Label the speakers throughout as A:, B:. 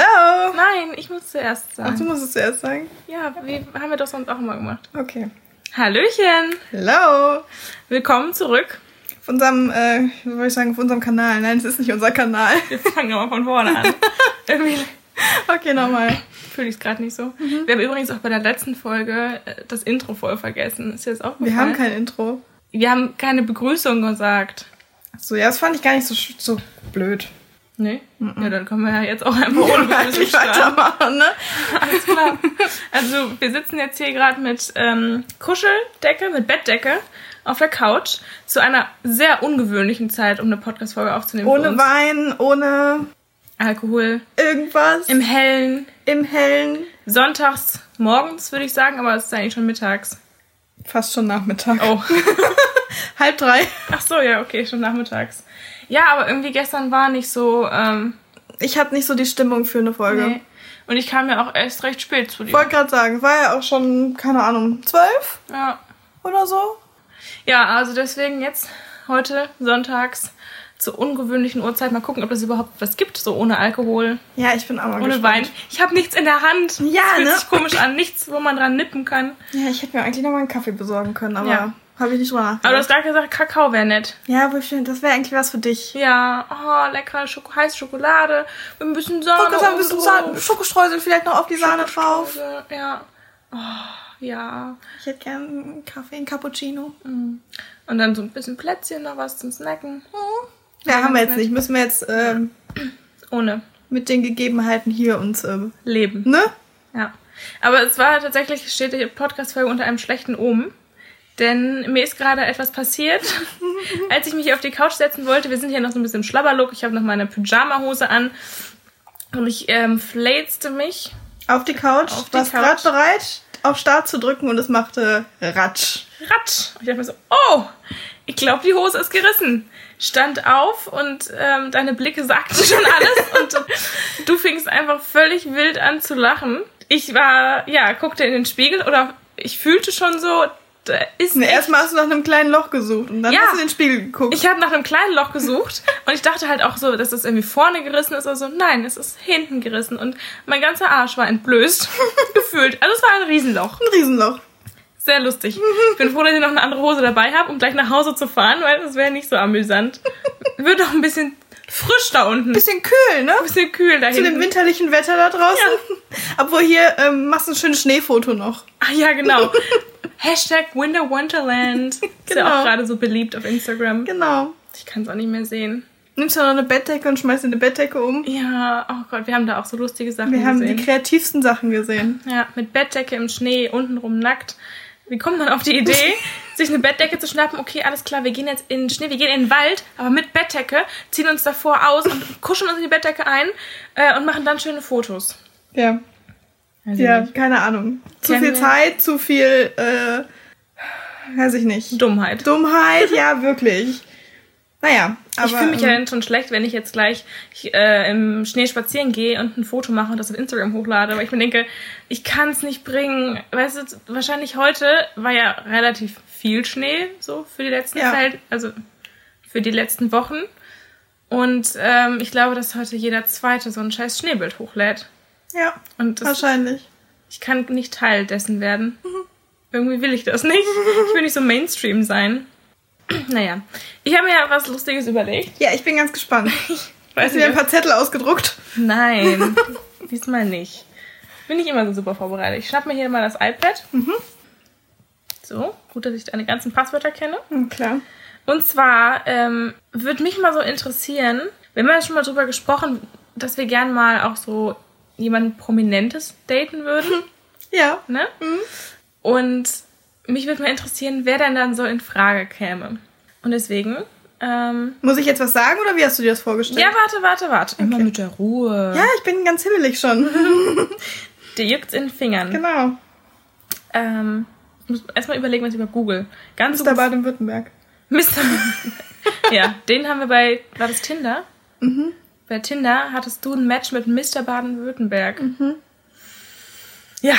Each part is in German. A: Hello!
B: Nein, ich muss zuerst
A: Ach, du
B: sagen.
A: musst es zuerst sagen.
B: Ja, wie haben wir doch sonst auch immer gemacht.
A: Okay.
B: Hallöchen!
A: Hello!
B: Willkommen zurück.
A: Auf unserem, äh, wie soll ich sagen, auf unserem Kanal. Nein, es ist nicht unser Kanal.
B: Wir fangen nochmal von vorne an. Irgendwie
A: Okay, nochmal.
B: fühle ich es gerade nicht so.
A: Mhm.
B: Wir haben übrigens auch bei der letzten Folge äh, das Intro voll vergessen. Ist dir das auch
A: Wir haben kein Intro.
B: Wir haben keine Begrüßung gesagt.
A: So, ja, das fand ich gar nicht so, sch- so blöd.
B: Nee?
A: Mhm.
B: Ja, dann können wir ja jetzt auch einfach ohne Begrüßung
A: Eigentlich
B: starten.
A: weitermachen, ne?
B: Alles klar. Also wir sitzen jetzt hier gerade mit ähm, Kuscheldecke, mit Bettdecke auf der Couch zu einer sehr ungewöhnlichen Zeit, um eine Podcast-Folge aufzunehmen. für
A: Ohne
B: uns.
A: Wein, ohne
B: Alkohol
A: irgendwas.
B: im Hellen.
A: Im Hellen.
B: Sonntags morgens würde ich sagen, aber es ist eigentlich schon mittags.
A: Fast schon Nachmittag.
B: Oh,
A: Halb drei.
B: ach so, ja, okay, schon nachmittags. Ja, aber irgendwie gestern war nicht so. Ähm,
A: Ich hatte nicht so die Stimmung für eine Folge.
B: nee. Und ich kam ja auch erst recht spät zu dir.
A: Wollte gerade sagen, war ja auch schon, keine Ahnung, zwölf
B: Ja.
A: oder so.
B: ja, also deswegen jetzt heute sonntags zur ungewöhnlichen Uhrzeit mal gucken, ob es überhaupt was gibt, so ohne Alkohol,
A: Ja, ich bin auch mal
B: ohne
A: gespannt.
B: Wein. Ich habe nichts in der Hand.
A: Ja,
B: das fühlt
A: ne?
B: sich komisch an, nichts, wo man dran nippen kann.
A: Ja, ich hätte mir eigentlich noch mal einen Kaffee besorgen können, aber
B: Ja.
A: habe ich nicht drüber
B: Aber du hast
A: nachgedacht.
B: gerade gesagt, Kakao wäre nett.
A: ja, aber ich finde, das wäre eigentlich was für dich.
B: Ja, oh, leckere Schoko heiße Schokolade mit ein bisschen Sahne.
A: Guck, ein
B: oben
A: bisschen
B: drauf.
A: Sahne, Schokostreusel vielleicht noch auf die Sahne drauf.
B: Ja. Oh, ja. Mm.
A: Ich hätte gern einen Kaffee, einen Cappuccino.
B: Und dann so ein bisschen Plätzchen noch was zum Snacken.
A: Ja, haben wir jetzt
B: nett.
A: nicht. Müssen wir jetzt ähm,
B: Ohne
A: mit den Gegebenheiten hier uns, ähm,
B: Leben.
A: ne?
B: Ja. Aber es war tatsächlich, steht die Podcast-Folge unter einem schlechten Omen. Denn mir ist gerade etwas passiert, als ich mich hier auf die Couch setzen wollte. Wir sind hier noch so ein bisschen im Schlabberlook. Ich habe noch meine Pyjama-Hose an. Und ich ähm, fläzte mich
A: Auf die Couch.
B: Auf die
A: Warst
B: Couch.
A: gerade bereit, auf Start zu drücken und es machte Ratsch.
B: Ratsch. Und ich dachte mir so, oh, ich glaube, die Hose ist gerissen. Stand auf und ähm, deine Blicke sagten schon alles und du fingst einfach völlig wild an zu lachen. Ich war, ja, guckte in den Spiegel oder ich fühlte schon so, da ist
A: Nee,
B: nichts.
A: Erstmal hast du nach einem kleinen Loch gesucht und dann
B: Ja.
A: hast du in den Spiegel geguckt.
B: Ich habe nach einem kleinen Loch gesucht und ich dachte halt auch so, dass das irgendwie vorne gerissen ist oder so. Nein, es ist hinten gerissen und mein ganzer Arsch war entblößt, gefühlt. Also es war ein Riesenloch.
A: ein Riesenloch.
B: Sehr lustig. Ich bin froh, dass ich noch eine andere Hose dabei habe, um gleich nach Hause zu fahren, weil das wäre nicht so amüsant. Wird doch ein bisschen frisch da unten. Ein
A: Bisschen kühl, ne?
B: bisschen kühl da
A: Zu dem
B: hinten.
A: winterlichen Wetter da draußen. Obwohl hier ähm, machst du ein schönes Schneefoto noch.
B: Ah ja, genau. Hashtag Winter Wonderland. Ist ja
A: Genau.
B: auch gerade so beliebt auf Instagram.
A: Genau.
B: Ich kann es auch nicht mehr sehen.
A: Nimmst du noch eine Bettdecke und schmeißt dir eine Bettdecke um.
B: Ja, oh Gott, wir haben da auch so lustige Sachen
A: Wir haben die
B: gesehen.
A: kreativsten Sachen gesehen.
B: ja, mit Bettdecke im Schnee, untenrum nackt. Wie kommt man auf die Idee, sich eine Bettdecke zu schnappen? Okay, alles klar, wir gehen jetzt in den Schnee, wir gehen in den Wald, aber mit Bettdecke, ziehen uns davor aus und kuscheln uns in die Bettdecke ein äh, und machen dann schöne Fotos.
A: Ja,
B: Also
A: ja, keine Ahnung. Zu
B: Kennen
A: viel
B: wir.
A: Zeit, zu viel, äh, weiß ich nicht.
B: Dummheit.
A: Dummheit, ja, wirklich. Naja, aber.
B: ich fühle mich ja
A: ähm,
B: dann schon schlecht, wenn ich jetzt gleich äh, im Schnee spazieren gehe und ein Foto mache und das auf Instagram hochlade, weil ich mir denke, ich kann es nicht bringen. Weißt du, wahrscheinlich heute war ja relativ viel Schnee so für die letzten
A: Ja.
B: Zeit, also für die letzten Wochen. Und ähm, ich glaube, dass heute jeder zweite so ein scheiß Schneebild hochlädt.
A: Ja,
B: Und das,
A: wahrscheinlich. Mhm.
B: ich kann nicht Teil dessen werden. Irgendwie will ich das nicht. Ich will nicht so Mainstream sein. Naja, ich habe mir ja was Lustiges überlegt.
A: Ja, ich bin ganz gespannt.
B: Weiß
A: Hast du mir ein paar Zettel ausgedruckt?
B: Nein, diesmal nicht. Bin ich immer so super vorbereitet. Ich schnapp mir hier mal das iPad. So, gut, dass ich deine ganzen Passwörter kenne.
A: Hm, Klar.
B: Und zwar ähm, würde mich mal so interessieren, wir haben ja schon mal drüber gesprochen, dass wir gern mal auch so jemanden Prominentes daten würden,
A: Ja.
B: ne? Und mich würde mal interessieren, wer denn dann so in Frage käme. Und deswegen, ähm,
A: Muss ich jetzt was sagen oder wie hast du dir das vorgestellt?
B: ja, warte, warte, warte. Immer mit der Ruhe.
A: Ja, ich bin ganz hibbelig schon.
B: Dir juckt's in den Fingern.
A: genau.
B: Ähm, ich muss erstmal überlegen, was ich über Google. Ganz
A: Mr.
B: Mr.
A: Baden-Württemberg.
B: Mr. ja, den haben wir bei, war das Tinder?
A: Mhm.
B: Bei Tinder hattest du ein Match mit Mr. Baden-Württemberg.
A: Mhm.
B: Ja,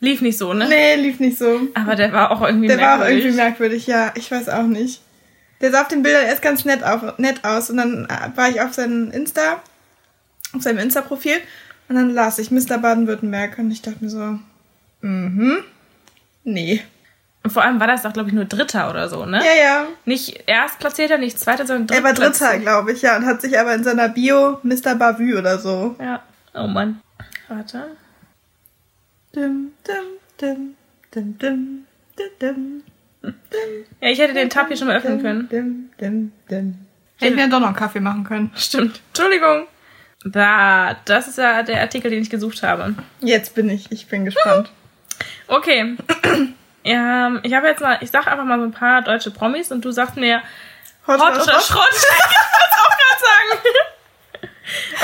B: lief nicht so, ne?
A: Nee, lief nicht so.
B: Aber der war auch irgendwie
A: Der war auch
B: merkwürdig.
A: irgendwie merkwürdig, ja. Ich weiß auch nicht. Der sah auf den Bildern erst ganz nett, auf, nett aus. Und dann äh, war ich auf seinem Insta auf seinem Insta-Profil. Und dann las ich Mr. Baden-Württemberg und ich dachte mir so, mhm, nee.
B: Und vor allem war das doch, glaube ich, nur Dritter oder so, ne?
A: Ja, ja.
B: Nicht Erstplatzierter, nicht Zweiter, sondern
A: Er war
B: Dritter.
A: Dritter, glaube ich, ja. Und hat sich aber in seiner Bio Mr. Bavü oder so.
B: Ja. Oh Mann. Warte.
A: Dim, dim, dim, dim, dim, dim, dim.
B: Ja, ich hätte den Tab hier schon mal öffnen können.
A: Dim, dim, dim. Hätten wir doch noch einen Kaffee machen können.
B: Stimmt. Entschuldigung. Da, das ist ja der Artikel, den ich gesucht habe.
A: Jetzt bin ich, ich bin gespannt.
B: Okay. ja, ähm, ich habe jetzt mal, ich sag einfach mal so ein paar deutsche Promis und du sagst mir
A: Hot,
B: Hot oder
A: Flop?
B: Schrott. ich wollte auch gerade sagen.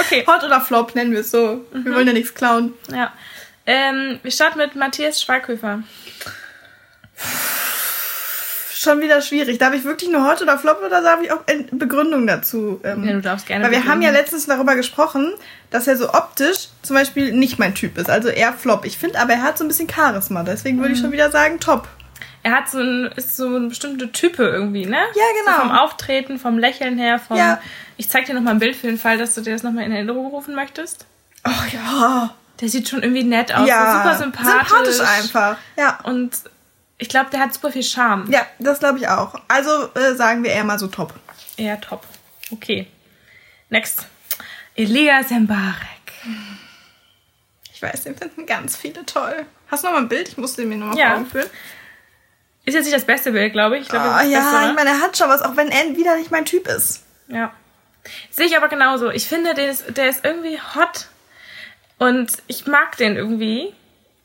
B: okay.
A: Hot oder Flop nennen wir es so.
B: Mhm.
A: Wir wollen ja nichts klauen.
B: Ja. Ähm, wir starten mit Matthias Schweighöfer.
A: Schon wieder schwierig. Darf ich wirklich nur Hot oder Flop oder darf ich auch in- Begründung dazu? Ähm,
B: Ja, du darfst gerne.
A: Weil wir haben ja
B: beginnen.
A: letztens darüber gesprochen, dass er so optisch zum Beispiel nicht mein Typ ist. Also eher Flop. Ich finde aber, er hat so ein bisschen Charisma. Deswegen würde
B: Mhm.
A: ich schon wieder sagen, top.
B: Er hat so ein, ist so eine bestimmte Type irgendwie, ne?
A: Ja, genau.
B: So vom Auftreten, vom Lächeln her, vom.
A: Ja.
B: Ich zeig dir nochmal ein Bild für den Fall, dass du dir das nochmal in Erinnerung rufen möchtest.
A: Oh ja.
B: Der sieht schon irgendwie nett aus.
A: ja.
B: Super sympathisch.
A: Sympathisch einfach. Ja.
B: Und ich glaube, der hat super viel Charme.
A: Ja, das glaube ich auch. Also äh, sagen wir eher mal so top.
B: Ja, top. Okay. Next. Elias Mbarek.
A: Ich weiß, den finden ganz viele toll. Hast du noch mal ein Bild? Ich musste den mir nochmal
B: Ja.
A: vor Augen führen.
B: Ist jetzt nicht das beste Bild, glaube ich. ich glaub,
A: Ah
B: das ne? ist das
A: ja,
B: Bessere.
A: ich meine, er hat schon was, auch wenn er wieder nicht mein Typ ist.
B: Ja. Sehe ich aber genauso. Ich finde, der ist, der ist irgendwie hot. Und ich mag den irgendwie.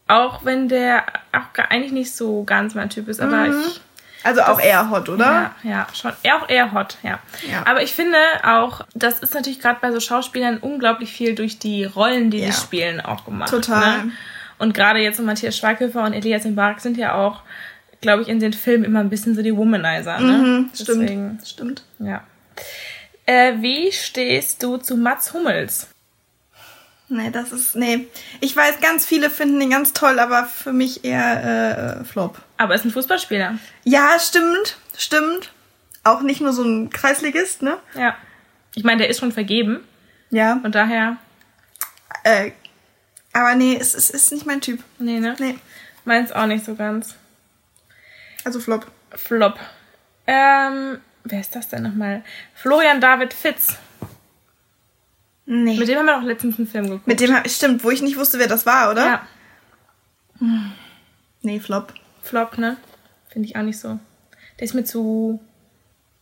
B: Auch wenn der auch gar, eigentlich nicht so ganz mein Typ ist. Aber ich.
A: Also auch eher hot, oder?
B: Ja, ja, schon. Er auch eher hot, ja.
A: Ja.
B: Aber ich finde auch, das ist natürlich gerade bei so Schauspielern unglaublich viel durch die Rollen, die
A: Ja.
B: sie spielen, auch gemacht.
A: Total.
B: Ne? Und gerade jetzt so Matthias Schweighöfer und Elias Mbarek sind ja auch, glaube ich, in den Filmen immer ein bisschen so die Womanizer. Ne?
A: Mhm, stimmt.
B: Deswegen,
A: Stimmt.
B: ja. Äh, wie stehst du zu Mats Hummels?
A: Nee, das ist. Nee. Ich weiß, ganz viele finden den ganz toll, aber für mich eher äh, äh, Flop.
B: Aber er ist ein Fußballspieler.
A: Ja, stimmt. Stimmt. Auch nicht nur so ein Kreisligist, ne?
B: Ja. Ich meine, der ist schon vergeben.
A: Ja.
B: Und daher,
A: Äh, aber nee, es, es ist nicht mein Typ.
B: nee, ne?
A: Nee.
B: Meins auch nicht so ganz.
A: Also Flop.
B: Flop. Ähm, wer ist das denn nochmal? Florian David Fitz.
A: Nee.
B: Mit dem haben wir doch letztens einen Film geguckt.
A: Mit dem hab- stimmt, wo ich nicht wusste, wer das war, oder?
B: Ja.
A: Nee, Flop.
B: Flop, ne? Finde ich auch nicht so. Der ist mir zu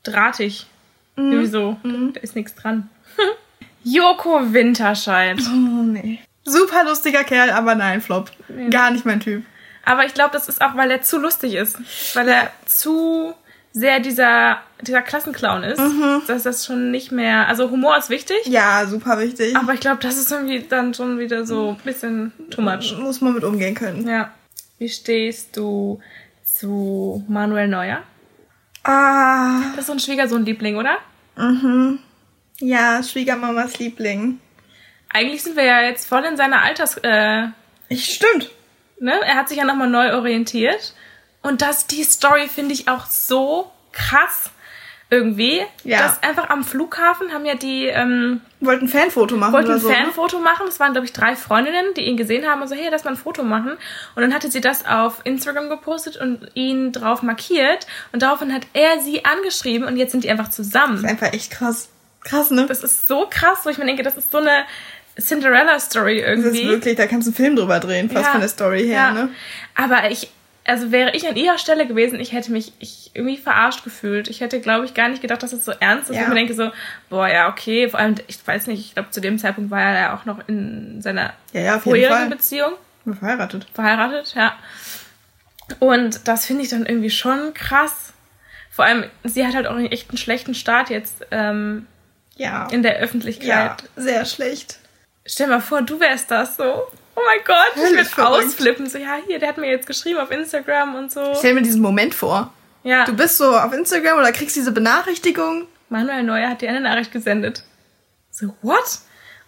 B: drahtig. Irgendwie so. Da ist nichts dran. Joko Winterscheid.
A: Oh nee. Super lustiger Kerl, aber nein, Flop. Gar nicht mein Typ.
B: Aber ich glaube, das ist auch, weil er zu lustig ist. Weil er zu sehr dieser, dieser Klassenclown ist. Dass das schon nicht mehr. Also Humor ist wichtig.
A: Ja, super wichtig.
B: Aber ich glaube, das ist irgendwie dann schon wieder so ein bisschen too much.
A: Muss man mit umgehen können.
B: Ja. Wie stehst du zu Manuel Neuer?
A: Ah.
B: Das ist so ein Schwiegersohn-Liebling, oder?
A: Ja, Schwiegermamas Liebling.
B: Eigentlich sind wir ja jetzt voll in seiner Alters... Äh,
A: Ich, stimmt.
B: ne? Er hat sich ja nochmal neu orientiert. Und das, die Story finde ich auch so krass irgendwie.
A: Ja.
B: Dass einfach am Flughafen haben ja die, ähm,
A: Wollten ein Fanfoto machen
B: wollten
A: oder
B: ein
A: so. ne?
B: Fanfoto machen. Es waren, glaube ich, drei Freundinnen, die ihn gesehen haben und so, hey, lass mal ein Foto machen. Und dann hatte sie das auf Instagram gepostet und ihn drauf markiert. Und daraufhin hat er sie angeschrieben und jetzt sind die einfach zusammen.
A: Einfach echt krass. Krass, ne?
B: Das ist so krass, wo ich mir denke, das ist so eine Cinderella-Story irgendwie.
A: Das ist wirklich, da kannst du einen Film drüber drehen, fast
B: Ja.
A: von der Story her,
B: Ja.
A: ne?
B: Aber ich, also wäre ich an ihrer Stelle gewesen, ich hätte mich ich irgendwie verarscht gefühlt. Ich hätte, glaube ich, gar nicht gedacht, dass es so ernst ist.
A: Ja.
B: Ich mir denke so, boah, ja, okay. Vor allem, ich weiß nicht, ich glaube, zu dem Zeitpunkt war er ja auch noch in seiner
A: Ja, ja, auf jeden
B: vorherigen
A: Fall.
B: Beziehung
A: Wir verheiratet.
B: verheiratet, ja. Und das finde ich dann irgendwie schon krass. Vor allem, sie hat halt auch echt einen schlechten Start jetzt ähm,
A: Ja.
B: in der Öffentlichkeit.
A: ja, sehr schlecht.
B: Stell mal vor, du wärst das so. Oh mein Gott, ich
A: Völlig
B: würde
A: verrückt.
B: ausflippen. So, ja, hier, der hat mir jetzt geschrieben auf Instagram und so.
A: Stell mir diesen Moment vor.
B: Ja,
A: Du bist so auf Instagram oder kriegst diese Benachrichtigung.
B: Manuel Neuer hat dir eine Nachricht gesendet. So, what?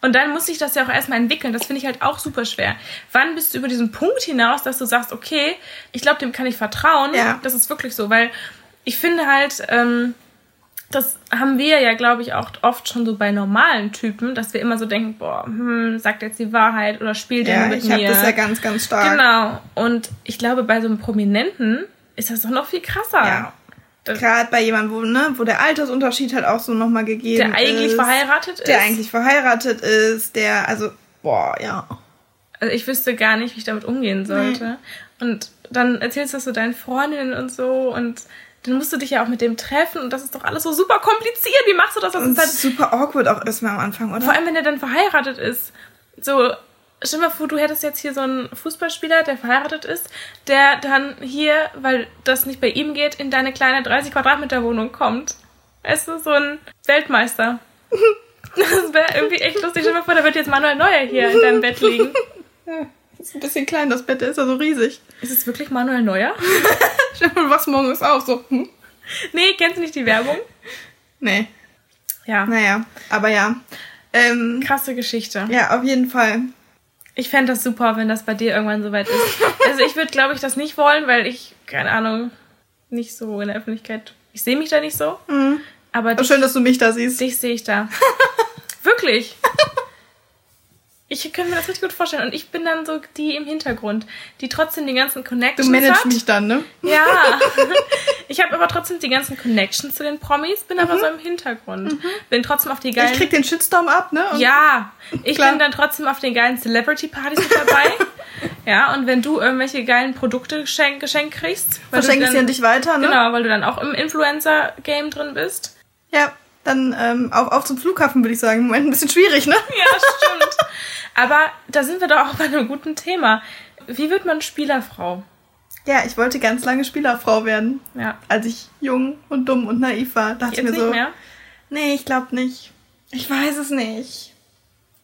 B: Und dann muss ich das ja auch erstmal entwickeln. Das finde ich halt auch super schwer. Wann bist du über diesen Punkt hinaus, dass du sagst, okay, ich glaube, dem kann ich vertrauen.
A: Ja.
B: Das ist wirklich so, weil ich finde halt, ähm, das haben wir ja, glaube ich, auch oft schon so bei normalen Typen, dass wir immer so denken, boah, hm, sagt jetzt die Wahrheit oder spielt er
A: Ja,
B: mit
A: ich habe
B: mir.
A: das ja ganz, ganz stark.
B: Genau. Und ich glaube, bei so einem Prominenten ist das doch noch viel krasser.
A: Ja. Gerade bei jemandem, wo, ne, wo der Altersunterschied halt auch so nochmal gegeben
B: Der eigentlich
A: ist.
B: verheiratet ist.
A: Der eigentlich verheiratet ist, der, also, boah, ja.
B: Also ich wüsste gar nicht, wie ich damit umgehen sollte. Und dann erzählst du das so deinen Freundinnen und so und dann musst du dich ja auch mit dem treffen und das ist doch alles so super kompliziert. Wie machst du das? Das
A: Und
B: ist
A: das
B: halt,
A: ist super awkward auch erstmal am Anfang, oder?
B: vor allem, wenn er dann verheiratet ist. So, stell dir mal vor, du hättest jetzt hier so einen Fußballspieler, der verheiratet ist, der dann hier, weil das nicht bei ihm geht, in deine kleine 30 Quadratmeter Wohnung kommt. Weißt du, so ein Weltmeister. Das wäre irgendwie echt lustig. Stell dir mal vor, da wird jetzt Manuel Neuer hier in deinem Bett liegen.
A: ist ein bisschen klein, das Bett der ist ja so riesig.
B: Ist es wirklich Manuel Neuer?
A: Und was morgens auf, so, hm?
B: Nee, kennst du nicht die Werbung?
A: Nee,
B: Ja.
A: naja, aber ja. Ähm,
B: Krasse Geschichte.
A: ja, auf jeden Fall.
B: Ich fände das super, wenn das bei dir irgendwann soweit ist. Also ich würde, glaube ich, das nicht wollen, weil ich, keine Ahnung, nicht so in der Öffentlichkeit. Ich sehe mich da nicht so. Aber
A: Aber
B: dich,
A: Mhm. Oh, schön, dass du mich da siehst.
B: dich sehe ich da. Wirklich. Ich könnte mir das richtig gut vorstellen. Und ich bin dann so die im Hintergrund, die trotzdem die ganzen Connections
A: Du managst
B: hat.
A: mich dann, ne?
B: Ja. Ich habe aber trotzdem die ganzen Connections zu den Promis, bin aber so im Hintergrund. Bin trotzdem auf die geilen...
A: Mhm. Ich krieg den Shitstorm ab, ne? Und
B: Ja, ich
A: Klar.
B: bin dann trotzdem auf den geilen Celebrity-Partys mit dabei. ja, und wenn du irgendwelche geilen Produkte geschenkt geschenk kriegst, weil du
A: Verschenke ich
B: dann-
A: sie an dich weiter, ne?
B: Genau, weil du dann auch im Influencer-Game drin bist.
A: Ja, dann ähm, auf, auf zum Flughafen, würde ich sagen. Im Moment ein bisschen schwierig, ne?
B: Ja, stimmt. Aber da sind wir doch auch bei einem guten Thema. Wie wird man Spielerfrau?
A: Ja, ich wollte ganz lange Spielerfrau werden.
B: Ja.
A: Als ich jung und dumm und naiv war, dachte ich
B: Jetzt
A: mir
B: nicht
A: so,
B: mehr.
A: nee, ich glaube nicht. Ich weiß es nicht.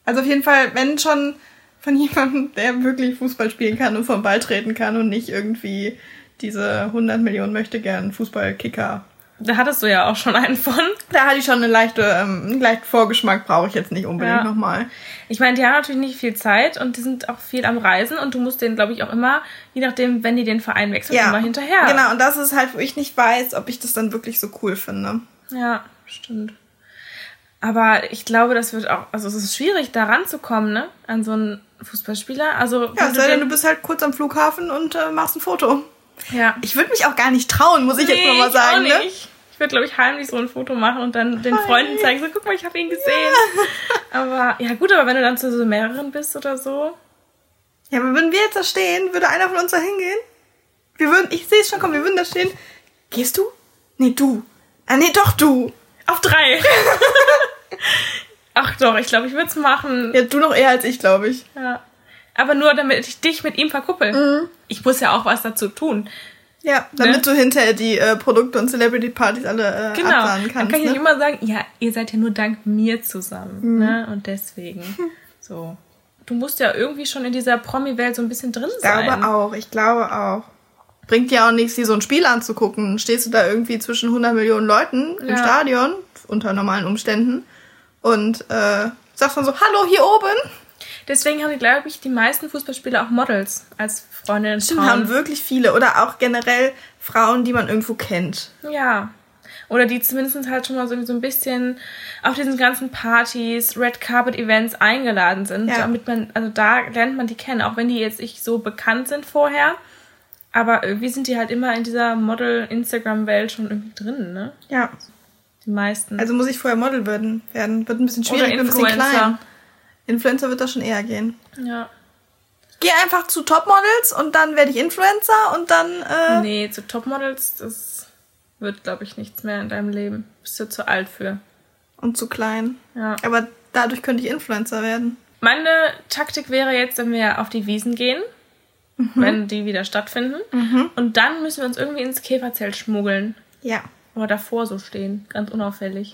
A: Also auf jeden Fall, wenn schon von jemandem, der wirklich Fußball spielen kann und vom Ball treten kann und nicht irgendwie diese 100 Millionen möchte gern Fußballkicker.
B: Da hattest du ja auch schon einen von.
A: Da hatte ich schon eine leichte, ähm, einen leichten Vorgeschmack, brauche ich jetzt nicht unbedingt
B: Ja.
A: nochmal.
B: Ich meine, die haben natürlich nicht viel Zeit und die sind auch viel am Reisen und du musst denen, glaube ich, auch immer, je nachdem, wenn die den Verein wechseln, immer hinterher.
A: Genau, und das ist halt, wo ich nicht weiß, ob ich das dann wirklich so cool finde.
B: Ja, stimmt. Aber ich glaube, das wird auch, also es ist schwierig, da ranzukommen, ne? An so einen Fußballspieler. Also,
A: Ja,
B: wenn
A: es sei denn, du
B: den-
A: bist halt kurz am Flughafen und äh, machst ein Foto.
B: ja.
A: Ich würde mich auch gar nicht trauen, muss ich jetzt
B: Nee,
A: nochmal
B: auch
A: sagen. Ne?
B: nicht. Ich würde, glaube ich, heimlich so ein Foto machen und dann den
A: Hi.
B: Freunden zeigen, so, guck mal, ich habe ihn gesehen. Aber, ja gut, aber wenn du dann zu so mehreren bist oder so.
A: Ja, aber würden wir jetzt da stehen, würde einer von uns da hingehen? Wir würden, ich sehe es schon kommen, wir würden da stehen. Gehst du? Nee, du. Ah, nee, doch du.
B: Auf drei. Ach doch, ich glaube, ich würde es machen.
A: Ja, du noch eher als ich, glaube ich.
B: Ja. Aber nur, damit ich dich mit ihm verkuppel.
A: Mhm.
B: Ich muss ja auch was dazu tun.
A: Ja, damit
B: Ne?
A: du hinterher die äh, Produkte und Celebrity-Partys alle äh,
B: Genau.
A: absahen kannst.
B: Dann kann ich
A: ne? Mhm.
B: nicht immer sagen, ja, ihr seid ja nur dank mir zusammen. Ne? Und deswegen. So. Du musst ja irgendwie schon in dieser Promi-Welt so ein bisschen drin
A: Ich glaube
B: sein.
A: auch, ich glaube auch. Bringt ja auch nichts, dir so ein Spiel anzugucken. Stehst du da irgendwie zwischen 100 Millionen Leuten im
B: Ja.
A: Stadion, unter normalen Umständen, und äh, sagst dann so, hallo, hier oben.
B: Deswegen haben, glaube ich, die meisten Fußballspieler auch Models als Freundinnen.
A: Stimmt, haben wirklich viele. Oder auch generell Frauen, die man irgendwo kennt.
B: Ja. Oder die zumindest halt schon mal so, so ein bisschen auf diesen ganzen Partys, Red Carpet Events eingeladen sind,
A: Ja.
B: damit man, also da lernt man die kennen, auch wenn die jetzt nicht so bekannt sind vorher. Aber irgendwie sind die halt immer in dieser Model-Instagram-Welt schon irgendwie drin, ne?
A: Ja.
B: Die meisten.
A: Also muss ich vorher Model werden. werden. Wird ein bisschen
B: Oder
A: schwierig, wird ein bisschen klein.
B: Influencer.
A: Influencer wird da schon eher gehen.
B: Ja.
A: Geh einfach zu Topmodels und dann werde ich Influencer und dann... Äh,
B: Nee, zu Topmodels, das wird, glaube ich, nichts mehr in deinem Leben. Bist du zu alt für.
A: Und zu klein.
B: Ja.
A: Aber dadurch könnte ich Influencer werden.
B: Meine Taktik wäre jetzt, wenn wir auf die Wiesen gehen,
A: Mhm.
B: wenn die wieder stattfinden. Und dann müssen wir uns irgendwie ins Käferzelt schmuggeln.
A: Ja.
B: Oder davor so stehen, ganz unauffällig.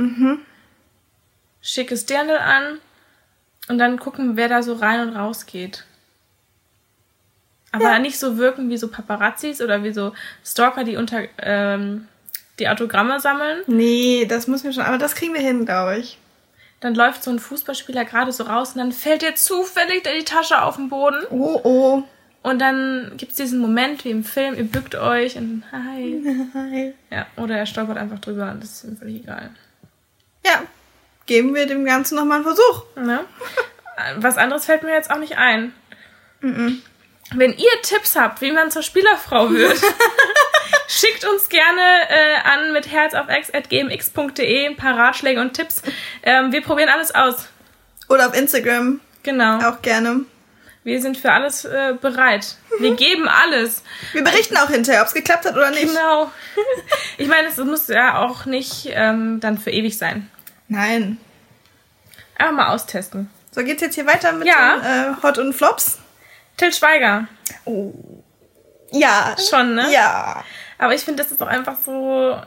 B: Schickes Dirndl an und dann gucken, wer da so rein und raus geht. Aber
A: Ja.
B: nicht so wirken wie so Paparazzis oder wie so Stalker, die unter ähm, die Autogramme sammeln.
A: Nee, das müssen wir schon, aber das kriegen wir hin, glaube ich.
B: Dann läuft so ein Fußballspieler gerade so raus und dann fällt dir zufällig die Tasche auf den Boden.
A: Oh, oh.
B: Und dann gibt es diesen Moment wie im Film, ihr bückt euch und hi.
A: Hi.
B: Ja, oder er stolpert einfach drüber und das ist ihm völlig egal.
A: Ja, geben wir dem Ganzen nochmal einen Versuch.
B: Ne? Was anderes fällt mir jetzt auch nicht ein. Wenn ihr Tipps habt, wie man zur Spielerfrau wird, schickt uns gerne äh, an mit herzaufx.gmx.de ein paar Ratschläge und Tipps. Ähm, wir probieren alles aus.
A: Oder auf Instagram
B: Genau.
A: auch gerne.
B: Wir sind für alles äh, bereit. Wir geben alles.
A: Wir berichten auch hinterher, ob es geklappt hat oder nicht.
B: Genau. Ich meine, es muss ja auch nicht ähm, dann für ewig sein.
A: Nein.
B: Einfach mal austesten.
A: So, geht's jetzt hier weiter mit
B: Ja.
A: den äh, Hot und Flops?
B: Till Schweiger.
A: Oh. Ja.
B: Schon, ne?
A: Ja.
B: Aber ich finde, das ist auch einfach so.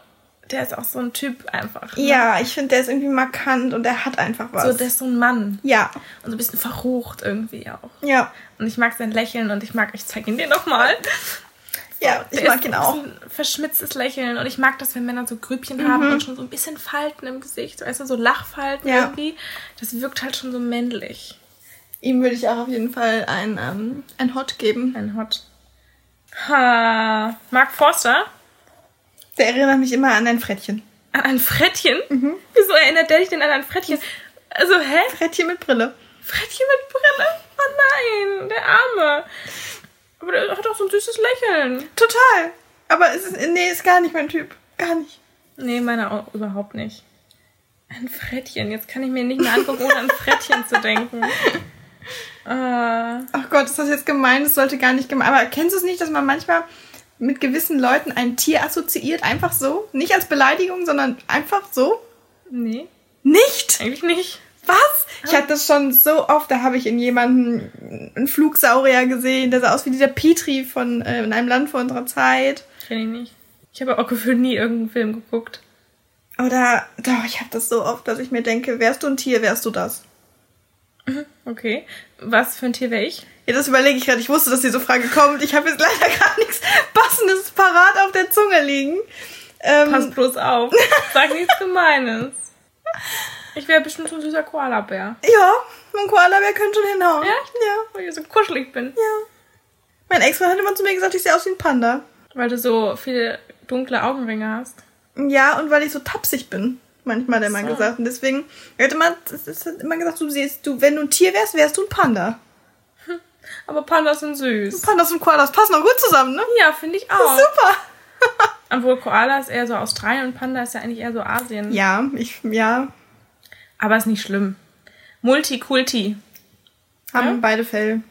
B: Der ist auch so ein Typ einfach. Ne?
A: Ja, ich finde, der ist irgendwie markant und der hat einfach was.
B: So, der ist so ein Mann.
A: ja.
B: Und so ein bisschen verrucht irgendwie auch.
A: Ja.
B: Und ich mag sein Lächeln und ich mag, ich zeig ihn dir nochmal.
A: Ja, ich
B: Der
A: mag
B: ist
A: ihn
B: ein
A: auch.
B: bisschen Verschmitztes Lächeln. Und ich mag das, wenn Männer so Grübchen haben und schon so ein bisschen Falten im Gesicht. Weißt du, so Lachfalten
A: Mhm. Ja.
B: irgendwie. Das wirkt halt schon so männlich.
A: Ihm würde ich auch auf jeden Fall ein, ähm, ein Hot geben.
B: Ein Hot. Ha. Mark Forster
A: Der erinnert mich immer an ein Frettchen.
B: an ein Frettchen.
A: Mhm.
B: Wieso erinnert der dich denn an ein Frettchen? Also, hä?
A: Frettchen mit Brille.
B: Frettchen mit Brille? Oh nein, der Arme. Aber der hat auch so ein süßes Lächeln.
A: Total. Aber es ist, nee, ist gar nicht mein Typ. Gar nicht.
B: Nee, meine auch überhaupt nicht. Ein Frettchen. Jetzt kann ich mir nicht mehr angucken, ohne an Frettchen zu denken. Äh,
A: Ach Gott, ist das jetzt gemein? Das sollte gar nicht gemein. Aber kennst du es nicht, dass man manchmal mit gewissen Leuten ein Tier assoziiert? Einfach so? Nicht als Beleidigung, sondern einfach so?
B: nee,
A: Nicht?
B: eigentlich nicht.
A: Was? Ich hatte das schon so oft. Da habe ich in jemanden einen Flugsaurier gesehen, der sah aus wie dieser Petri von äh, in einem Land vor unserer Zeit.
B: Kenn ich nicht. Ich habe auch gefühlt nie irgendeinen Film geguckt.
A: Oder doch, ich habe das so oft, dass ich mir denke, wärst du ein Tier, wärst du das.
B: Okay. Was für ein Tier wäre ich?
A: Ja, das überlege ich gerade. Ich wusste, dass diese Frage kommt. Ich habe jetzt leider gar nichts Passendes parat auf der Zunge liegen. Ähm,
B: Pass bloß auf. Sag nichts Gemeines. Ich wäre bestimmt so ein süßer Koala-Bär,
A: Ja, ein Koala-Bär könnte schon hinhauen.
B: Echt?
A: Ja,
B: weil ich so kuschelig bin.
A: ja. Mein Ex-Freund hat immer zu mir gesagt, ich sehe aus wie ein Panda.
B: Weil du so viele dunkle Augenringe hast.
A: Ja, und weil ich so tapsig bin. Manchmal hat er mal
B: So.
A: gesagt. Und deswegen, er hat immer, es- es hat immer gesagt, du siehst, du, wenn du ein Tier wärst, wärst du ein Panda.
B: Aber Pandas sind süß.
A: Pandas und Koalas passen auch gut zusammen, ne?
B: Ja, finde ich auch.
A: Super.
B: Obwohl Koala ist eher so Australien und Panda ist ja eigentlich eher so Asien.
A: Ja, ich, ja,
B: Aber ist nicht schlimm. Multikulti.
A: haben
B: Ja?
A: beide Fell.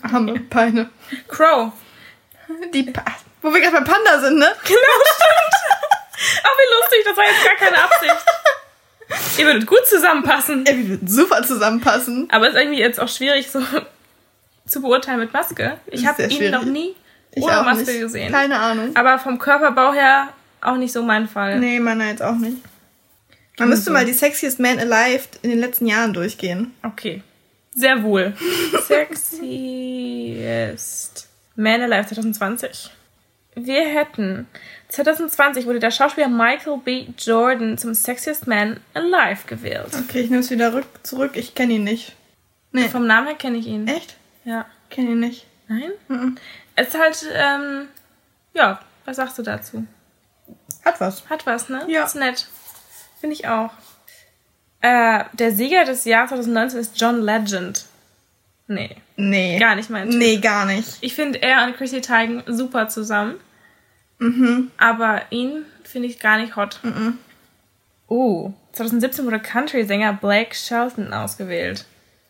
A: Arme, Beine.
B: Crow.
A: Die, Pa- wo wir gerade bei Panda sind, ne?
B: Oh, Genau, wie lustig, das war jetzt gar keine Absicht. Ihr würdet gut zusammenpassen.
A: Ja, wir würden super zusammenpassen.
B: Aber ist irgendwie jetzt auch schwierig so zu beurteilen mit Maske. Ich
A: Ist
B: habe
A: sehr
B: ihn
A: schwierig.
B: noch nie
A: Ich
B: ohne
A: auch
B: Maske
A: nicht.
B: gesehen.
A: Keine Ahnung.
B: Aber vom Körperbau her auch nicht so mein Fall.
A: Nee, meiner jetzt auch nicht. Man müsste mal die Sexiest Man Alive in den letzten Jahren durchgehen.
B: Okay. Sehr wohl. Sexiest Man Alive 2020. Wir hätten 2020 wurde der Schauspieler Michael B. Jordan zum Sexiest Man Alive gewählt.
A: Okay, ich nehme es wieder rück, zurück. Ich kenne ihn nicht. Nee.
B: Vom Namen her kenne ich ihn.
A: Echt?
B: Ja.
A: Kenne ihn nicht.
B: Nein? Es ist halt, ähm, ja, was sagst du dazu?
A: Hat was.
B: Hat was, ne?
A: Ja.
B: Ist nett. Finde ich auch. Äh, der Sieger des Jahres 2019 ist John Legend. Nee,
A: Nee.
B: gar nicht mein Typ.
A: Nee, gar nicht.
B: Ich finde er und Chrissy Teigen super zusammen.
A: Mhm.
B: Aber ihn finde ich gar nicht hot. Oh. 2017 wurde Country-Sänger Blake Shelton ausgewählt.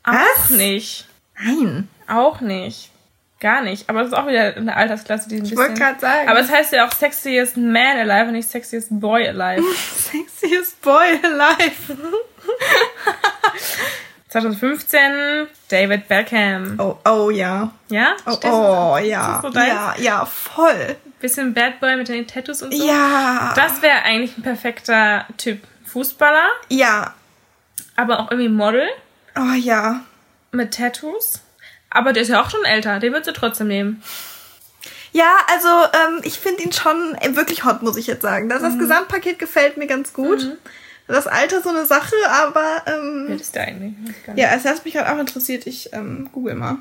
A: Was?
B: Auch nicht.
A: Nein.
B: Auch nicht. Gar nicht. Aber das ist auch wieder eine Altersklasse, die ein
A: Ich wollte
B: bisschen...
A: gerade sagen.
B: Aber es heißt ja auch Sexiest Man Alive und nicht Sexiest Boy
A: Hm.
B: Alive.
A: Sexiest Boy Alive.
B: 2015 David Beckham.
A: Oh, oh ja.
B: Ja?
A: Oh,
B: Stehst du so-
A: oh
B: ist
A: ja.
B: das so deins?
A: ja, ja, voll.
B: Bisschen Bad Boy mit den Tattoos und so.
A: Ja.
B: Das wäre eigentlich ein perfekter Typ. Fußballer,
A: ja.
B: aber auch irgendwie Model
A: Oh ja.
B: mit Tattoos. Aber der ist ja auch schon älter, den würdest du trotzdem nehmen.
A: Ja, also ähm, ich finde ihn schon äh, wirklich hot, muss ich jetzt sagen. Das,
B: Mhm.
A: das Gesamtpaket gefällt mir ganz gut. Das Alter ist so eine Sache, aber ähm,
B: Würdest du eigentlich. Weiß ich gar nicht.
A: halt ja, es hat mich gerade auch interessiert. Ich ähm, google mal.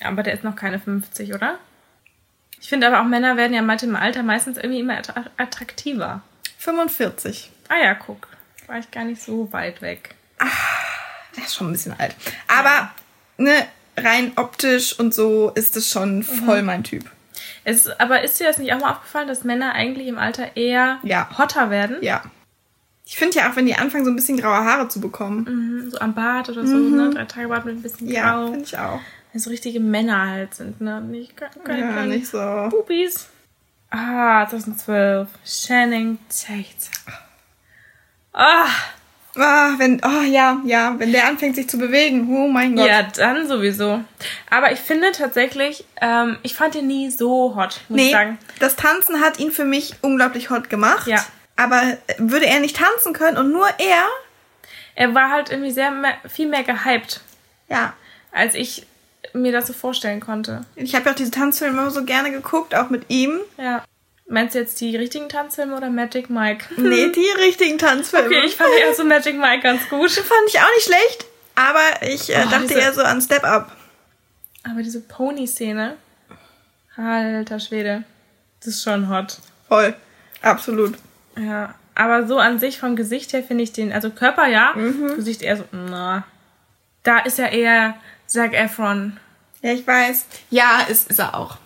B: Ja, aber der ist noch keine 50, oder? Ich finde aber auch Männer werden ja mit dem Alter meistens irgendwie immer attra- attraktiver.
A: 45.
B: Ah ja, guck. War ich gar nicht so weit weg.
A: Der ist schon ein bisschen alt. Aber ne, rein optisch und so ist es schon voll
B: Mhm.
A: mein Typ.
B: Es, aber ist dir das nicht auch mal aufgefallen, dass Männer eigentlich im Alter eher
A: Ja.
B: hotter werden?
A: Ja. Ich finde ja auch, wenn die anfangen, so ein bisschen graue Haare zu bekommen.
B: Mhm, So am Bart oder so, ne? Drei Tage Bart mit ein bisschen
A: Ja,
B: grau.
A: finde ich auch.
B: Wenn so richtige Männer halt sind, ne? Nicht, keine,
A: Ja,
B: keine
A: nicht so.
B: Bubis. Ah, 2012. Channing Tate. Ah,
A: Ah, wenn, oh ja, ja, wenn der anfängt sich zu bewegen, oh mein Gott.
B: ja, dann sowieso. Aber ich finde tatsächlich, ähm, ich fand ihn nie so hot, muss ich
A: nee,
B: sagen.
A: das Tanzen hat ihn für mich unglaublich hot gemacht.
B: Ja.
A: Aber äh, würde er nicht tanzen können und nur er,
B: Er war halt irgendwie sehr mehr, viel mehr gehypt,
A: ja.
B: als ich mir das so vorstellen konnte.
A: Ich habe ja auch diese Tanzfilme immer so gerne geguckt, auch mit ihm.
B: Ja. Meinst du jetzt die richtigen Tanzfilme oder Magic Mike?
A: Nee, die richtigen Tanzfilme.
B: Okay, ich fand ja so Magic Mike ganz gut.
A: Fand ich auch nicht schlecht, aber ich äh,
B: Oh,
A: dachte
B: diese-
A: eher so an Step Up.
B: Aber diese Pony-Szene, alter Schwede, das ist schon hot.
A: Voll. Absolut.
B: Ja, aber so an sich vom Gesicht her finde ich den, also Körper ja, Gesicht eher so, na. Da ist ja eher Zac Efron.
A: Ja, ich weiß. Ja, ist, ist er auch.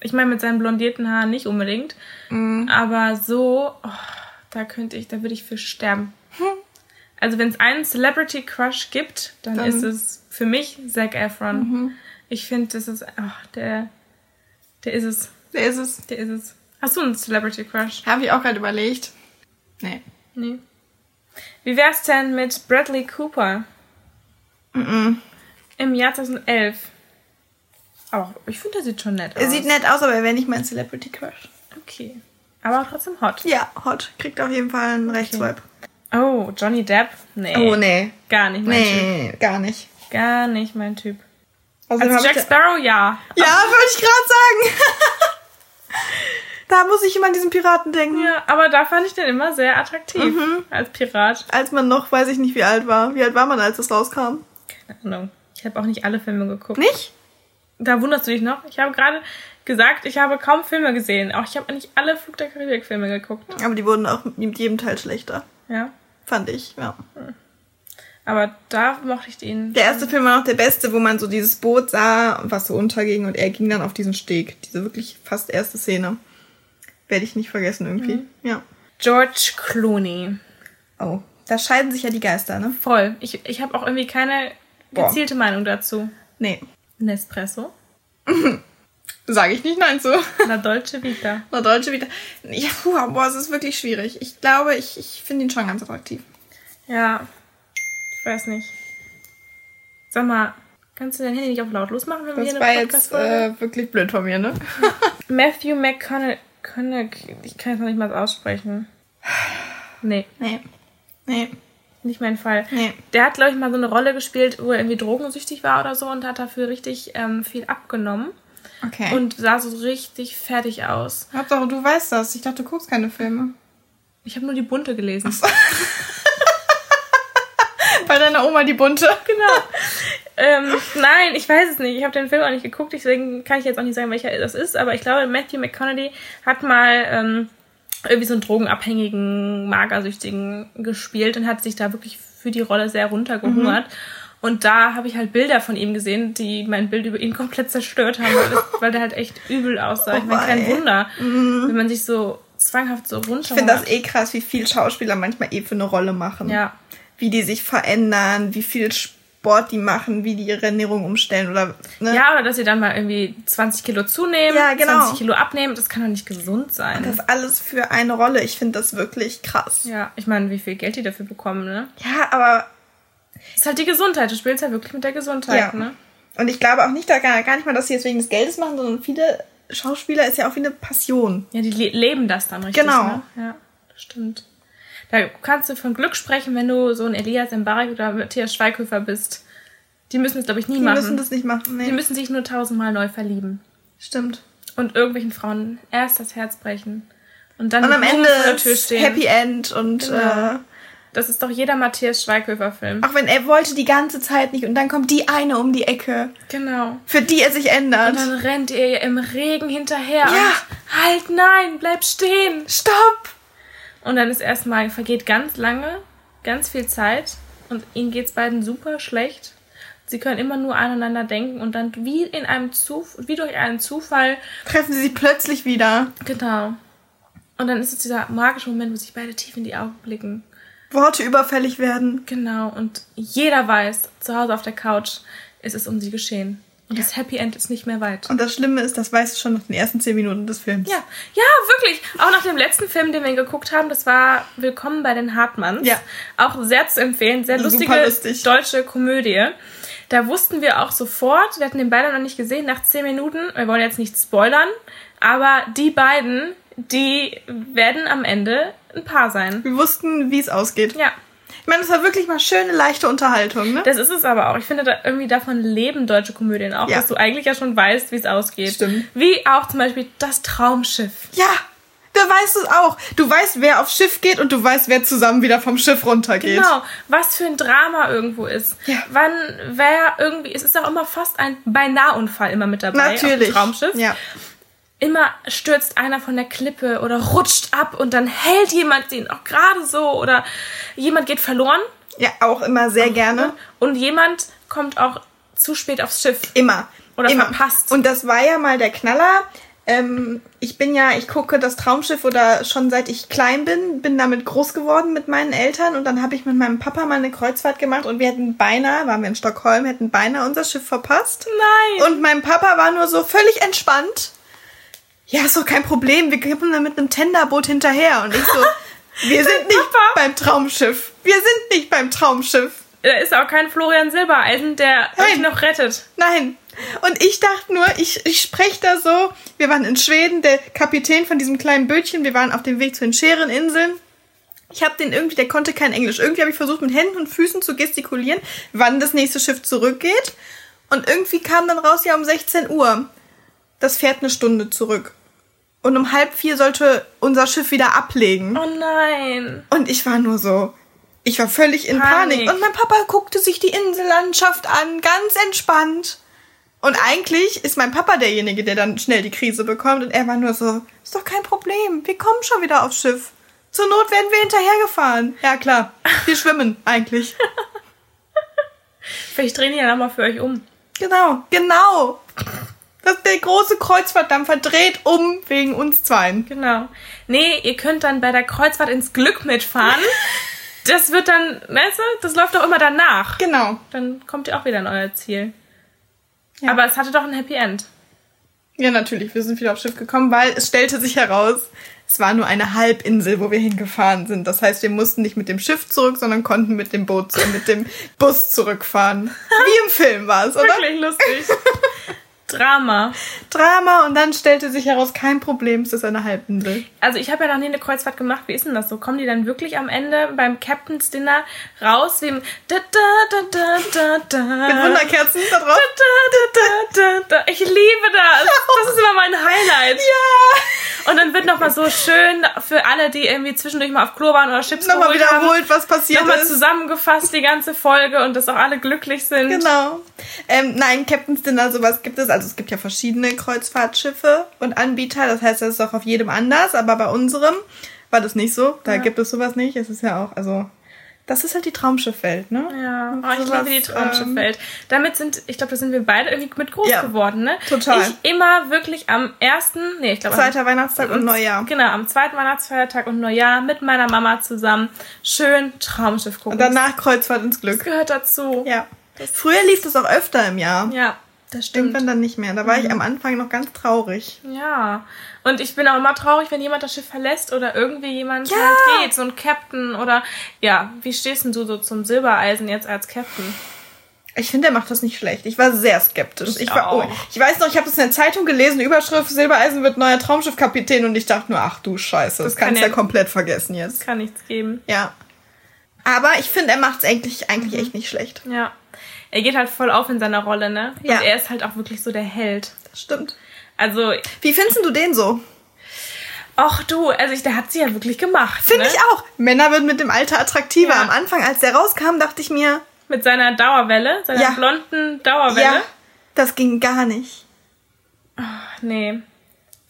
B: Ich meine, mit seinen blondierten Haaren nicht unbedingt, aber so, oh, da könnte ich, da würde ich für sterben. Also wenn es einen Celebrity Crush gibt, dann,
A: Dann-
B: ist es für mich Zac Efron. Ich finde, das ist, ach, der, der ist es,
A: Der ist es.
B: der ist es. Hast du einen Celebrity Crush?
A: Habe ich auch gerade überlegt. Nee.
B: Nee. Wie wär's denn mit Bradley Cooper? Im Jahr 2011. Aber ich finde, der sieht schon nett
A: Er
B: aus.
A: sieht nett aus, aber er wäre nicht mein Celebrity Crush.
B: Okay. Aber trotzdem hot.
A: Ja, hot. Kriegt auf jeden Fall einen Rechtswipe.
B: Oh, Johnny Depp? Nee.
A: Oh, nee.
B: Gar nicht mein Typ.
A: Nee, gar nicht.
B: Gar nicht mein Typ.
A: Außerdem
B: Also
A: hab ich Oh.
B: Jack
A: da-
B: Sparrow, ja.
A: ja, würde ich gerade sagen. da muss ich immer an diesen Piraten denken.
B: ja. Aber da fand ich den immer sehr attraktiv.
A: Mhm.
B: Als Pirat.
A: Als man noch, weiß ich nicht, wie alt war. Wie alt war man, als es rauskam?
B: Keine Ahnung. Ich habe auch nicht alle Filme geguckt.
A: Nicht?
B: Da wunderst du dich noch. Ich habe gerade gesagt, ich habe kaum Filme gesehen. Auch ich habe nicht alle Flug der Karibik-Filme geguckt.
A: Aber die wurden auch mit jedem Teil schlechter.
B: Ja.
A: Fand ich, ja.
B: Aber da mochte ich den.
A: Der erste Film war noch der beste, wo man so dieses Boot sah, was so unterging und er ging dann auf diesen Steg. Diese wirklich fast erste Szene. Werde ich nicht vergessen irgendwie.
B: Mhm.
A: Ja.
B: George Clooney.
A: Oh, da scheiden sich ja die Geister, ne?
B: Voll. Ich, ich habe auch irgendwie keine
A: Boah.
B: gezielte Meinung dazu.
A: Nee.
B: Nespresso.
A: Sage ich nicht nein zu.
B: La Dolce Vita.
A: Na, Deutsche wieder. Ja, puh, boah, es ist wirklich schwierig. Ich glaube, ich, ich finde ihn schon ganz attraktiv.
B: Ja. Ich weiß nicht. Sag mal, kannst du dein Handy nicht auf lautlos machen, wenn wir
A: Das
B: hier
A: war
B: eine
A: jetzt
B: Podcast-Folge?
A: äh, wirklich blöd von mir, ne?
B: äh, Matthew McConaughey. Ich kann es noch nicht mal aussprechen. Nee,
A: Nee. Nee.
B: nicht mein Fall.
A: Nee.
B: Der hat, glaube ich, mal so eine Rolle gespielt, wo er irgendwie drogensüchtig war oder so und hat dafür richtig ähm, viel abgenommen
A: Okay. Und
B: und sah so richtig fertig aus.
A: Hauptsache, du weißt das. Ich dachte, du guckst keine Filme.
B: Ich habe nur die bunte gelesen.
A: Bei deiner Oma die bunte.
B: genau. ähm, nein, ich weiß es nicht. Ich habe den Film auch nicht geguckt, deswegen kann ich jetzt auch nicht sagen, welcher das ist. Aber ich glaube, Matthew McConaughey hat mal ähm, irgendwie so einen drogenabhängigen, magersüchtigen gespielt und hat sich da wirklich für die Rolle sehr runtergehungert.
A: Mhm.
B: Und da habe ich halt Bilder von ihm gesehen, die mein Bild über ihn komplett zerstört haben, weil, das, weil der halt echt übel aussah. Ich meine, kein
A: Oh wei. Mhm.
B: Wunder, wenn man sich so zwanghaft so runterhungert.
A: Ich finde das eh krass, wie viel Schauspieler manchmal eh für eine Rolle machen.
B: Ja.
A: Wie die sich verändern, wie viel Sport die machen, wie die ihre Ernährung umstellen oder. Ne?
B: Ja, oder dass sie dann mal irgendwie 20 Kilo zunehmen,
A: Ja, genau.
B: 20 Kilo abnehmen, das kann doch nicht gesund sein.
A: Das alles für eine Rolle. Ich finde das wirklich krass.
B: ja, ich meine, wie viel Geld die dafür bekommen, ne?
A: Ja, aber.
B: Ist halt die Gesundheit, du spielst ja wirklich mit der Gesundheit,
A: Ja.
B: ne?
A: Und ich glaube auch nicht da gar, gar nicht mal, dass sie es wegen des Geldes machen, sondern viele Schauspieler ist ja auch wie eine Passion.
B: Ja, die le leben das dann richtig,
A: Genau.
B: ne? Ja, das stimmt. Da kannst du von Glück sprechen, wenn du so ein Elias Mbarek oder Matthias Schweighöfer bist. Die müssen es, glaube ich, nie
A: Die
B: machen.
A: müssen das nicht machen.
B: die
A: Nee.
B: müssen sich nur tausendmal neu verlieben.
A: Stimmt.
B: Und irgendwelchen Frauen erst das Herz brechen. Und dann
A: Und am
B: mit Blumen
A: Ende
B: vor der Tür
A: ist
B: stehen.
A: Happy End und
B: Genau.
A: äh,
B: Das ist doch jeder Matthias Schweighöfer-Film.
A: Auch wenn er wollte die ganze Zeit nicht und dann kommt die eine um die Ecke,
B: Genau.
A: für die er sich ändert.
B: Und dann rennt ihr ihr im Regen hinterher.
A: Ja.
B: Und halt, nein, bleib stehen.
A: Stopp!
B: Und dann ist erstmal, vergeht ganz lange, ganz viel Zeit und ihnen geht's beiden super schlecht. Sie können immer nur aneinander denken und dann wie in einem Zuf wie durch einen Zufall,
A: Treffen sie sich plötzlich wieder.
B: genau. Und dann ist es dieser magische Moment, wo sich beide tief in die Augen blicken.
A: Worte überfällig werden.
B: Genau, und jeder weiß, zu Hause auf der Couch ist es um sie geschehen. Und das Happy End ist nicht mehr weit.
A: Und das Schlimme ist, das weißt du schon nach den ersten zehn Minuten des Films.
B: Ja, ja, wirklich. Auch nach dem letzten Film, den wir geguckt haben, das war Willkommen bei den Hartmanns.
A: Ja.
B: Auch sehr zu empfehlen, sehr
A: Super
B: lustige
A: lustig.
B: deutsche Komödie. Da wussten wir auch sofort, wir hatten den beide noch nicht gesehen, nach zehn Minuten, wir wollen jetzt nicht spoilern, aber die beiden, die werden am Ende ein Paar sein.
A: Wir wussten, wie es ausgeht.
B: Ja,
A: Ich meine, es war wirklich mal schöne, leichte Unterhaltung, ne?
B: das ist es aber auch. Ich finde, da irgendwie davon leben deutsche Komödien auch,
A: Ja.
B: dass du eigentlich ja schon weißt, wie es ausgeht.
A: Stimmt.
B: Wie auch zum Beispiel das Traumschiff.
A: ja! Da weißt du es auch. Du weißt, wer aufs Schiff geht und du weißt, wer zusammen wieder vom Schiff runtergeht.
B: Genau, was für ein Drama irgendwo ist.
A: Ja.
B: Wann, wer irgendwie, es ist auch immer fast ein Beinahe-Unfall immer mit dabei. Auf
A: Natürlich.
B: dem Traumschiff.
A: Ja.
B: Immer stürzt einer von der Klippe oder rutscht ab und dann hält jemand ihn auch gerade so oder jemand geht verloren
A: ja, auch immer sehr gerne.
B: und jemand kommt auch zu spät aufs Schiff.
A: Immer.
B: Oder
A: immer.
B: verpasst.
A: Und das war ja mal der Knaller. Ähm, ich bin ja, ich gucke das Traumschiff oder schon seit ich klein bin, bin damit groß geworden mit meinen Eltern und dann habe ich mit meinem Papa mal eine Kreuzfahrt gemacht und wir hätten beinahe, waren wir in Stockholm, hätten beinahe unser Schiff verpasst.
B: Nein!
A: Und mein Papa war nur so völlig entspannt. Ja, ist doch kein Problem, wir kippen dann mit einem Tenderboot hinterher und ich so, wir sind nicht
B: Papa.
A: beim Traumschiff. Wir sind nicht beim Traumschiff.
B: da ist auch kein Florian Silbereisen, der euch noch rettet.
A: Nein. Und ich dachte nur, ich, ich spreche da so. Wir waren in Schweden, der Kapitän von diesem kleinen Bötchen, wir waren auf dem Weg zu den Schereninseln. Ich habe den irgendwie, der konnte kein Englisch. Irgendwie habe ich versucht, mit Händen und Füßen zu gestikulieren, wann das nächste Schiff zurückgeht. Und irgendwie kam dann raus, ja, um 16 Uhr. Das fährt eine Stunde zurück. Und um halb vier sollte unser Schiff wieder ablegen.
B: Oh nein!
A: Und ich war nur so. Ich war völlig in
B: Panik.
A: Panik. Und mein Papa guckte sich die Insellandschaft an, ganz entspannt. Und eigentlich ist mein Papa derjenige, der dann schnell die Krise bekommt. Und er war nur so, ist doch kein Problem. Wir kommen schon wieder aufs Schiff. Zur Not werden wir hinterhergefahren. Ja, klar. Wir schwimmen eigentlich.
B: Vielleicht drehen die ja nochmal für euch um.
A: Genau, genau. Das, der große Kreuzfahrtdampfer dreht um wegen uns zweien.
B: Genau. Nee, ihr könnt dann bei der Kreuzfahrt ins Glück mitfahren. Das wird dann, weißt du, das läuft doch immer danach.
A: Genau.
B: Dann kommt ihr auch wieder an euer Ziel.
A: Ja.
B: Aber es hatte doch ein Happy End.
A: Ja, natürlich. Wir sind wieder aufs Schiff gekommen, weil es stellte sich heraus, es war nur eine Halbinsel, wo wir hingefahren sind. Das heißt, wir mussten nicht mit dem Schiff zurück, sondern konnten mit dem Boot, äh, mit dem Bus zurückfahren. Wie im Film war es, oder?
B: Wirklich lustig. Drama.
A: Drama und dann stellte sich heraus, kein Problem, es ist eine Halbinsel.
B: Also ich habe ja noch nie eine Kreuzfahrt gemacht. Wie ist denn das so? Kommen die dann wirklich am Ende beim Captain's Dinner raus wie im da, da, da, da, da, da.
A: Mit Wunderkerzen da drauf.
B: Da, da, da, da. Ich liebe das. Das ist immer mein Highlight.
A: Ja!
B: Und dann wird nochmal so schön für alle, die irgendwie zwischendurch mal auf Klo waren oder Chips
A: Nochmal
B: geholt haben,
A: wiederholt, was passiert
B: nochmal
A: ist.
B: zusammengefasst die ganze Folge und dass auch alle glücklich sind.
A: Genau. Ähm, nein, Captain's Dinner, sowas gibt es. Also es gibt ja verschiedene Kreuzfahrtschiffe und Anbieter. Das heißt, das ist auch auf jedem anders. Aber bei unserem war das nicht so. Da gibt es sowas nicht. Es ist ja auch, also das ist halt die Traumschiffwelt, ne?
B: Ja,
A: Und
B: oh, ich
A: sowas,
B: liebe die
A: ähm,
B: Traumschiffwelt. Damit sind, ich glaube, da sind wir beide irgendwie mit groß
A: Ja,
B: geworden, ne?
A: total.
B: Ich immer wirklich am ersten, nee, ich glaube, am-
A: Zweiter Weihnachtstag und Neujahr.
B: Genau, am zweiten Weihnachtsfeiertag und Neujahr mit meiner Mama zusammen schön Traumschiff gucken.
A: Und danach Kreuzfahrt ins
B: das
A: Glück.
B: gehört dazu.
A: Ja. Früher lief das auch öfter im Jahr.
B: ja das stimmt.
A: Irgendwann dann nicht mehr. Da war ich am Anfang noch ganz traurig.
B: Ja, und ich bin auch immer traurig, wenn jemand das Schiff verlässt oder irgendwie jemand
A: Ja.
B: halt geht, so ein Captain oder ja, wie stehst denn du so zum Silbereisen jetzt als Captain?
A: Ich finde, er macht das nicht schlecht. Ich war sehr skeptisch. Ich, war,
B: auch.
A: oh, ich weiß noch, ich habe das in der Zeitung gelesen, Überschrift Silbereisen wird neuer Traumschiffkapitän und ich dachte nur, ach du Scheiße, das,
B: kann
A: kannst du
B: ja-
A: ja komplett vergessen jetzt.
B: Das kann nichts geben.
A: Ja. Aber ich finde, er macht es eigentlich,
B: Mhm.
A: eigentlich echt nicht schlecht.
B: Ja. Er geht halt voll auf in seiner Rolle, ne?
A: Ja.
B: Und er ist halt auch wirklich so der Held.
A: Das stimmt.
B: Also,
A: Wie findest du den so?
B: Och du, also ich, der hat sie ja wirklich gemacht.
A: Finde
B: ne?
A: ich auch. Männer werden mit dem Alter attraktiver.
B: Ja.
A: Am Anfang, als der rauskam, dachte ich mir,
B: Mit seiner Dauerwelle, seiner
A: Ja.
B: blonden Dauerwelle.
A: ja, das ging gar nicht.
B: Nee,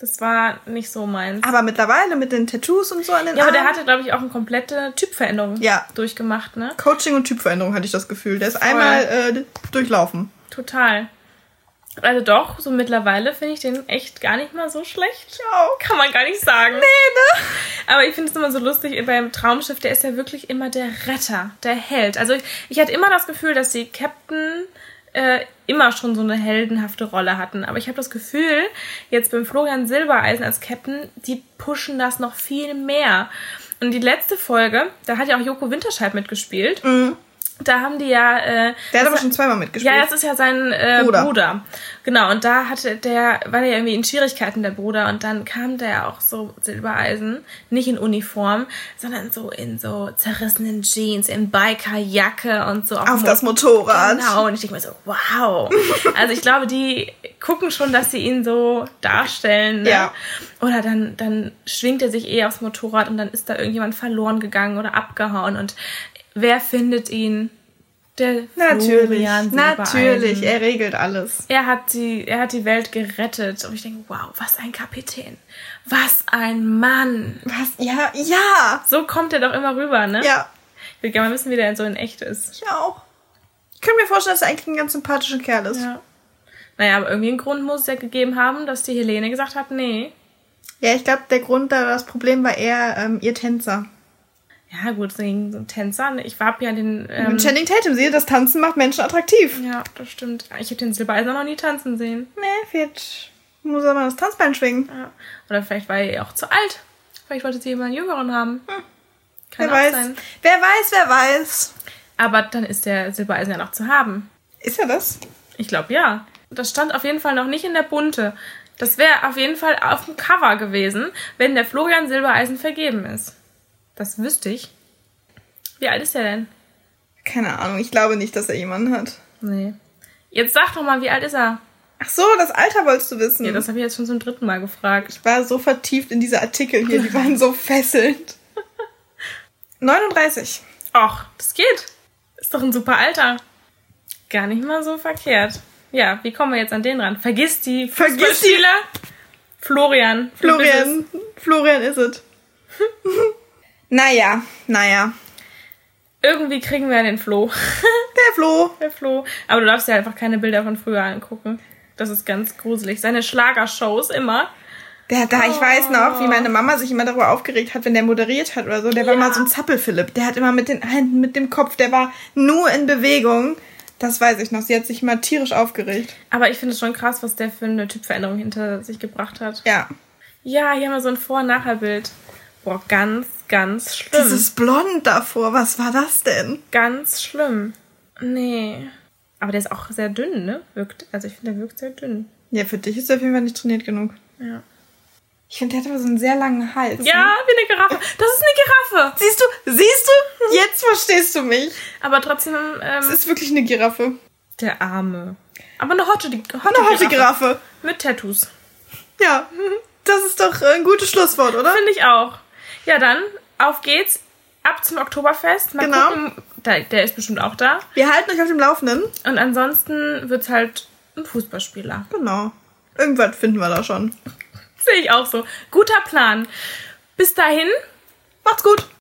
B: das war nicht so meins.
A: Aber mittlerweile mit den Tattoos und so an den
B: Ja, aber
A: Armen.
B: der hatte, glaube ich, auch eine komplette Typveränderung
A: Ah. Ja.
B: durchgemacht, ne?
A: Coaching und Typveränderung hatte ich das Gefühl. Der ist einmal äh, durchlaufen.
B: Total. Also doch, so mittlerweile finde ich den echt gar nicht mal so schlecht.
A: Ja.
B: Kann man gar nicht sagen. Nee, ne? Aber ich finde es immer so lustig, beim Traumschiff, der ist ja wirklich immer der Retter, der Held. Also ich, ich hatte immer das Gefühl, dass die Captain äh, immer schon so eine heldenhafte Rolle hatten. Aber ich habe das Gefühl, jetzt beim Florian Silbereisen als Captain, die pushen das noch viel mehr. Und die letzte Folge, da hat ja auch Joko Winterscheid mitgespielt. Da haben die ja... Äh,
A: Der hat aber
B: das-
A: schon zweimal mitgespielt.
B: ja, das ist ja sein äh,
A: Bruder.
B: Bruder. Genau, und da hatte der, war der irgendwie in Schwierigkeiten, der Bruder, und dann kam der auch so Silbereisen, nicht in Uniform, sondern so in so zerrissenen Jeans, in Bikerjacke und so
A: Auf
B: dem
A: das Motorrad.
B: Genau, und ich denke mir so, wow. Also ich glaube, die gucken schon, dass sie ihn so darstellen. Ne?
A: Ja.
B: Oder dann, dann schwingt er sich eh aufs Motorrad und dann ist da irgendjemand verloren gegangen oder abgehauen. Und wer findet ihn? Der
A: Genau. Natürlich,
B: Florian Silbereisen.
A: natürlich. Er regelt alles.
B: Er hat, die, er hat die Welt gerettet. Und ich denke, wow, was ein Kapitän. Was ein Mann.
A: Was? Ja, ja.
B: So kommt er doch immer rüber, ne?
A: Ja,
B: Ich will gerne mal wissen, wie der so in echt ist.
A: ich auch. Ich kann mir vorstellen, dass er eigentlich ein ganz sympathischer Kerl ist. Ja,
B: Ja. Naja, aber irgendwie einen Grund muss es ja gegeben haben, dass die Helene gesagt hat, nee.
A: ich glaube, der Grund, da das Problem war eher ähm, ihr Tänzer.
B: Ja, gut, gegen so einen Tänzer. ne? Ich hab ja den. Ähm,
A: Mit Channing Tatum sehe, das Tanzen macht Menschen attraktiv.
B: ja, das stimmt. Ich habe den Silbereiser noch nie tanzen sehen.
A: Nee, vielleicht muss er mal das Tanzbein schwingen.
B: Ja. Oder vielleicht war er auch zu alt. Vielleicht wollte sie jemanden Jüngeren haben. Kann
A: Hm. Wer
B: auch
A: weiß.
B: sein.
A: Wer weiß, wer weiß.
B: Aber dann ist der Silbereisen ja noch zu haben.
A: Ist ja das?
B: Ich glaube ja. Das stand auf jeden Fall noch nicht in der Bunte. Das wäre auf jeden Fall auf dem Cover gewesen, wenn der Florian Silbereisen vergeben ist. Das wüsste ich. Wie alt ist er denn?
A: Keine Ahnung, ich glaube nicht, dass er jemanden hat.
B: Nee. Jetzt sag doch mal, wie alt ist er?
A: Ach so, das Alter wolltest du wissen.
B: Ja, das habe ich jetzt schon zum dritten Mal gefragt.
A: ich war so vertieft in diese Artikel hier, die waren so fesselnd. 39.
B: Och, das geht. Ist doch ein super Alter. Gar nicht mal so verkehrt. Ja, wie kommen wir jetzt an den ran? Vergiss die
A: Vergiss die-
B: Fußballspieler. Florian. du bist
A: Florian. Florian ist es. naja, naja.
B: es. Irgendwie kriegen wir den Flo.
A: Der Flo.
B: Der Flo. Aber du darfst dir einfach keine Bilder von früher angucken. Das ist ganz gruselig. Seine Schlagershows immer.
A: Der, da, ich weiß noch, wie meine Mama sich immer darüber aufgeregt hat, wenn der moderiert hat oder so. Der war
B: Ja.
A: mal so ein Zappelphilipp. Der hat immer mit den Händen, mit dem Kopf, der war nur in Bewegung. Das weiß ich noch. Sie hat sich immer tierisch aufgeregt.
B: Aber ich finde es schon krass, was der für eine Typveränderung hinter sich gebracht hat.
A: Ja.
B: Ja, hier haben wir so ein Vor- und Nachher-Bild. Boah, ganz, ganz schlimm.
A: Dieses Blond davor, was war das denn?
B: Ganz schlimm. Nee. Aber der ist auch sehr dünn, ne? Wirkt, also ich finde, der wirkt sehr dünn.
A: Ja, für dich ist er auf jeden Fall nicht trainiert genug.
B: Ja.
A: Ich finde, der hat aber so einen sehr langen Hals.
B: Ja, wie eine Giraffe. Das ist eine Giraffe.
A: Siehst du, siehst du? Jetzt verstehst du mich.
B: Aber trotzdem,
A: Es
B: ähm,
A: ist wirklich eine Giraffe.
B: der Arme. Aber eine hotte, die, hotte,
A: Eine harte
B: Giraffe.
A: Giraffe.
B: Mit Tattoos.
A: Ja. Das ist doch äh, ein gutes Schlusswort, oder?
B: Finde ich auch. Ja, dann, auf geht's. Ab zum Oktoberfest. Mal
A: Genau.
B: gucken. Da, der ist bestimmt auch da.
A: Wir halten euch auf dem Laufenden.
B: Und ansonsten wird's halt ein Fußballspieler.
A: Genau. Irgendwas finden wir da schon.
B: Sehe ich auch so. Guter Plan. Bis dahin.
A: Macht's gut.